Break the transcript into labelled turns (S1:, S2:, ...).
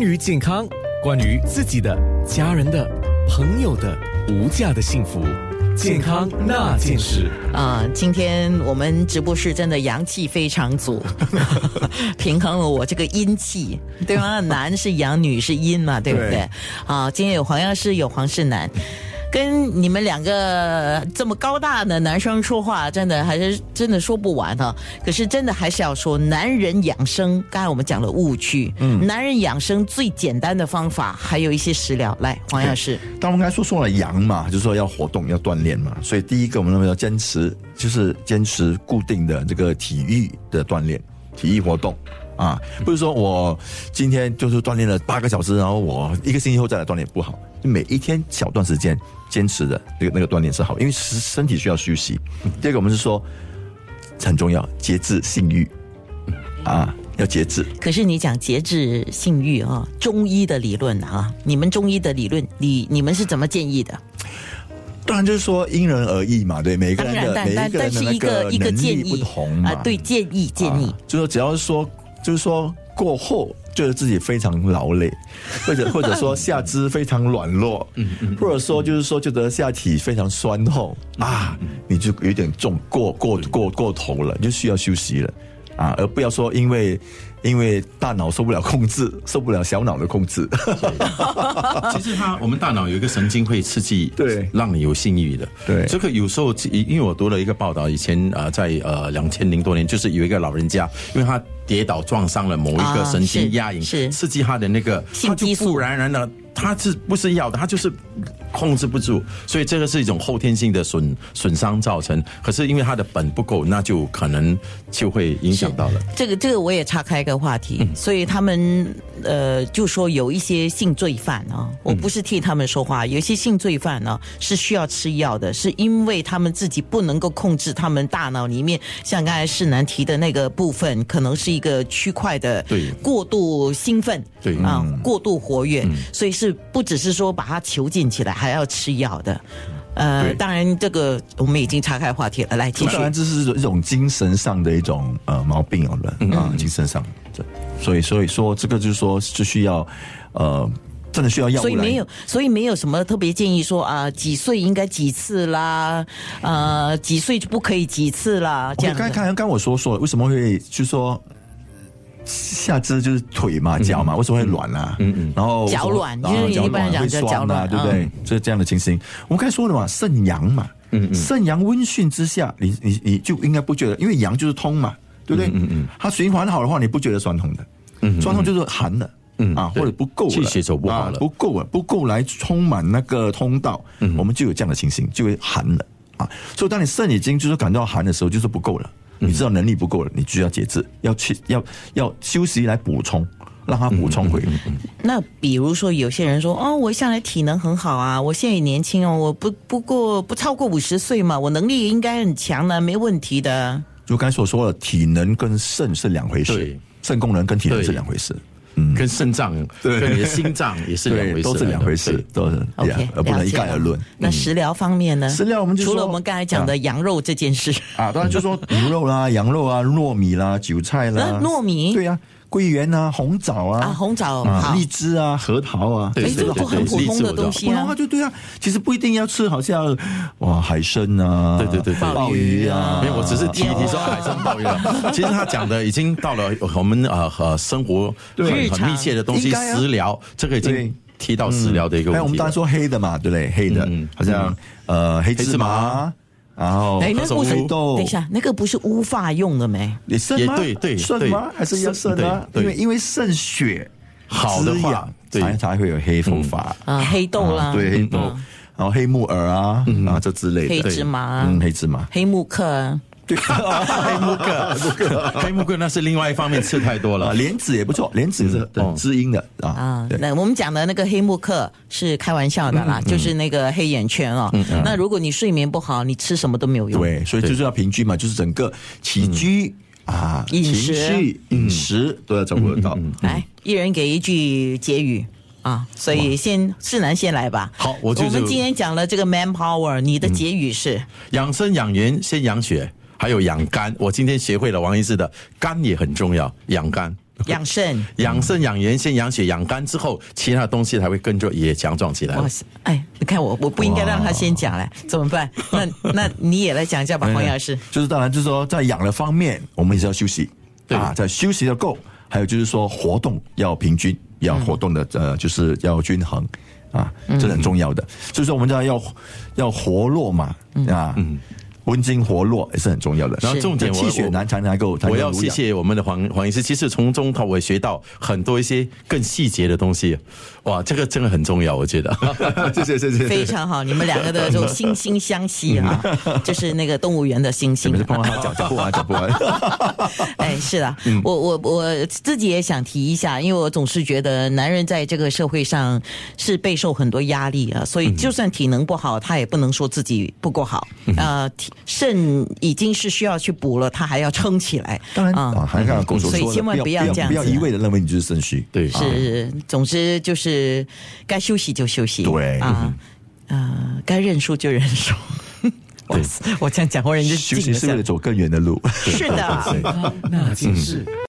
S1: 关于健康，关于自己的、家人的、朋友的无价的幸福，健康那件事。
S2: 啊、今天我们直播室真的阳气非常足， 平衡了我这个阴气，对吗？男是阳，女是阴嘛，对不对？
S1: 对
S2: 啊、今天有黄药师，有黄世南，跟你们两个这么高大的男生说话，真的还是真的说不完哈、啊可是真的还是要说，男人养生，刚才我们讲了误区，嗯，男人养生最简单的方法还有一些食疗。来，黄药师，
S3: 但我们刚才说说了阳嘛，就是说要活动要锻炼嘛，所以第一个我们要坚持，就是坚持固定的这个体育的锻炼，体育活动啊，不是说我今天就是锻炼了八个小时，然后我一个星期后再来锻炼不好，每一天小段时间坚持的那个那个锻炼是好，因为身身体需要休息。第二个我们是说很重要，节制性欲啊，要节制。
S2: 可是你讲节制性欲啊，中医的理论啊，你们中医的理论，你你们是怎么建议的？
S3: 当然就是说因人而异嘛，对每一个
S2: 当
S3: 人
S2: 然，
S3: 的
S2: 但
S3: 每
S2: 但
S3: 一个
S2: 但
S3: 人的
S2: 是
S3: 那
S2: 一个一个
S3: 能
S2: 建
S3: 力
S2: 议
S3: 不同嘛，
S2: 啊，对，建议建议
S3: 啊，就是说只要说，就是说过后觉得自己非常劳累， 或者或者说下肢非常软弱，
S2: 嗯
S3: 或者说就是说觉得下体非常酸痛
S2: 嗯
S3: 啊，你就有点重过过过过头了，你就需要休息了啊，而不要说因为。因为大脑受不了控制， 受不了小脑的 控制，
S4: 其实它我们大脑有一个神经会刺激，
S3: 对
S4: 让你有性欲的。
S3: 对
S4: 这个有时候因为我读了一个报道，以前呃在呃两千零多年，就是有一个老人家，因为他跌倒撞伤了某一个
S2: 啊
S4: 神经
S2: 是
S4: 压引，
S2: 是
S4: 刺激他的那个
S2: 性激素
S4: 他就不然然的。他是不是要的？他就是控制不住，所以这个是一种后天性的损损伤造成。可是因为他的本不够，那就可能就会影响到了。嗯
S2: 这个这个我也岔开一个话题，所以他们呃就说有一些性罪犯啊，
S4: 嗯
S2: 我不是替他们说话，有一些性罪犯呢、啊是需要吃药的，是因为他们自己不能够控制他们大脑里面，像刚才世南提的那个部分，可能是一个区块的
S4: 对
S2: 过度兴奋，
S4: 对嗯
S2: 啊、过度活跃，所以是不只是说把它囚禁起来，还要吃药的。呃，
S4: 对
S2: 当然这个我们已经岔开话题了，来继续
S3: 当。然这是一种精神上的一种呃毛病哦，
S2: 嗯
S3: 啊，精神上，对所以所以说这个就是说就需要呃真的需要药物
S2: 所以
S3: 来
S2: 没有，所以没有什么特别建议说啊、几岁应该几次啦，呃，几岁就不可以几次啦，这
S3: 我
S2: 样
S3: 刚
S2: 的。
S3: 刚刚我说说了，为什么会就是说下肢就是腿嘛、脚嘛，为什么会软啊？嗯嗯，然
S2: 嗯
S3: 后
S2: 脚软
S3: 然后
S2: 就是
S3: 脚
S2: 一般
S3: 软
S2: 人讲
S3: 会
S2: 叫
S3: 酸
S2: 脚
S3: 啊，
S2: 软
S3: 对不对？就是这样的情形。我们刚才说了嘛，肾阳嘛，嗯嗯，肾阳温煦之下，你你你就应该不觉得，因为阳就是通嘛，对不对？嗯嗯，它循环好的话，你不觉得酸痛的，嗯，酸痛就是寒的。嗯啊，或者不够了，嗯
S4: 气血走不好
S3: 啊
S4: 了
S3: 不够啊，不够来充满那个通道，我们就有这样的情形，就会寒了啊。所以当你肾已经就是感到寒的时候，就是不够了，你知道能力不够了，你就要节制，要去要要休息来补充，让它补充回。
S2: 那比如说有些人说，哦，我向来体能很好啊，我现在也年轻哦，我不不过不超过五十岁嘛，我能力应该很强的，没问题的。
S3: 就刚才所说的，体能跟肾是两回事
S4: 对，
S3: 肾功能跟体能是
S4: 对
S3: 两回事，
S4: 跟肾脏、
S3: 对
S4: 跟你的心脏也是两回
S3: 对，
S4: 事，
S3: 都是两回事，都是
S2: OK，、
S3: yeah，而不呃
S2: 了
S3: 能一
S2: 解
S3: 概
S2: 了
S3: 而论。嗯
S2: 那食疗方面呢？
S3: 食疗我们就
S2: 除了
S3: 说
S2: 我们刚才讲的
S3: 啊
S2: 羊肉这件事，
S3: 啊，当然就说牛肉 啦、羊肉啊、糯米啦、韭菜啦
S2: 啊、糯米
S3: 对呀、桂圆啊、红枣啊、
S2: 啊红枣好
S3: 啊、荔枝啊、核桃啊，
S4: 对
S2: 哎，
S4: 对
S2: 这个
S4: 对
S2: 都很
S4: 对
S2: 普
S4: 荔
S2: 通
S4: 枝
S2: 的
S4: 我知道
S2: 东西
S3: 普通
S2: 啊
S3: 话。就对啊，其实不一定要吃，好像哇海参啊，
S4: 对对对对
S3: 鲍鱼啊，
S4: 没有，我只是提一提说
S2: 啊
S4: 海参鲍鱼了。 其实他讲的已经到了我们呃和生活
S3: 对
S4: 很
S2: 日常
S4: 很密切的东西，
S3: 应该啊
S4: 食疗这个已
S3: 对
S4: 经提到食疗的一个
S3: 还嗯哎有我
S4: 问
S3: 们
S4: 题啊
S3: 刚
S4: 了
S3: 才。说黑的嘛，对不对？黑的，好像呃黑芝
S4: 芝
S3: 麻
S4: 麻，
S3: 然后
S2: 哎，那个不是
S3: 哦黑豆，
S2: 等一下，那个不是乌发用的没？
S3: 你肾吗？
S4: 也对对
S3: 肾吗？
S4: 对
S3: 还是要肾啊？
S4: 对
S3: 因为
S4: 对
S3: 因为肾血
S4: 好的
S3: 滋
S4: 话
S3: 养
S4: 对嗯
S3: 才才会有黑头发，
S2: 啊，黑豆啦，
S3: 啊对黑豆，然后黑木耳啊，
S4: 嗯
S3: 啊这之类
S2: 嗯黑
S3: 的，
S2: 芝麻啊、
S3: 嗯，黑芝麻，
S2: 黑木克啊，
S3: 对
S4: 黑木 哥，黑木哥那是另外一方面，吃太多
S3: 啊，
S4: 了。
S3: 莲子也不错，莲子是
S4: 嗯哦
S3: 滋阴的啊
S2: 啊，，
S3: 对。
S2: 那我们讲的那个黑木克是开玩笑的啦，就是那个黑眼圈哦。那如果你睡眠不好，你吃什么都没有用。
S3: 对，所以就是要平均嘛，就是整个起居、
S4: 嗯
S3: 啊、
S2: 饮
S3: 情
S2: 食
S3: 绪、饮食都要照顾得到。
S2: 来，哎一人给一句结语啊，所以先世南先来吧。
S4: 好我就
S2: 我们今天讲了这个 man power，你的结语是
S4: 养生养元先养血，还有养肝。我今天学会了王医师的肝也很重要，养肝。
S2: 养肾。
S4: 养肾、养颜线、养血、养肝之后，其他的东西才会更就也强壮起来了
S2: 哇。塞！哎，你看我，我不应该让他先讲嘞，怎么办？那那你也来讲一下吧，黄药师。
S3: 就是当然就是说在养的方面，我们也是要休息，
S4: 对
S3: 啊，在休息要够，还有就是说活动要平均，要活动的、呃就是要均衡啊，这是很重要的。所以说我们知道要要活络嘛，啊，温馨活络也是很重要的。
S4: 然后重点我
S3: 气血难才能够，才
S4: 我
S3: 能
S4: 要
S3: 够
S4: 谢
S3: 养
S4: 谢我们的黄黄医师。其实从中他我也学到很多一些更细节的东西，哇，这个真的很重要，我觉得。
S3: 谢谢谢 谢，
S2: 非常好，你们两个的这种惺惺相惜啊，就是那个动物园的星星
S3: 每次
S2: 啊
S3: 碰到他讲讲不完讲不完，
S2: 哎，是的，
S3: 嗯
S2: 我我我自己也想提一下，因为我总是觉得男人在这个社会上是备受很多压力啊，所以
S3: 嗯
S2: 就算体能不好，他也不能说自己不够好。呃，体肾已经是需要去补了，他还要撑起来。
S3: 当然
S2: 啊
S3: 啊，还看狗所
S2: 所以
S3: 说的，
S2: 千万
S3: 不
S2: 不
S3: 要
S2: 要
S3: 不
S2: 这样
S3: 不要
S2: 子
S3: 一味的认为你就是肾虚，
S4: 对
S3: 啊
S2: 是，总之就是该休息就休息，
S3: 对
S2: 啊啊，该认输就认输。哇塞，我这样讲，忽然就
S3: 休
S2: 静了
S3: 息 是
S2: 下
S3: 为了
S2: 来。
S3: 走更远的路。
S2: 是的。
S1: 那件事。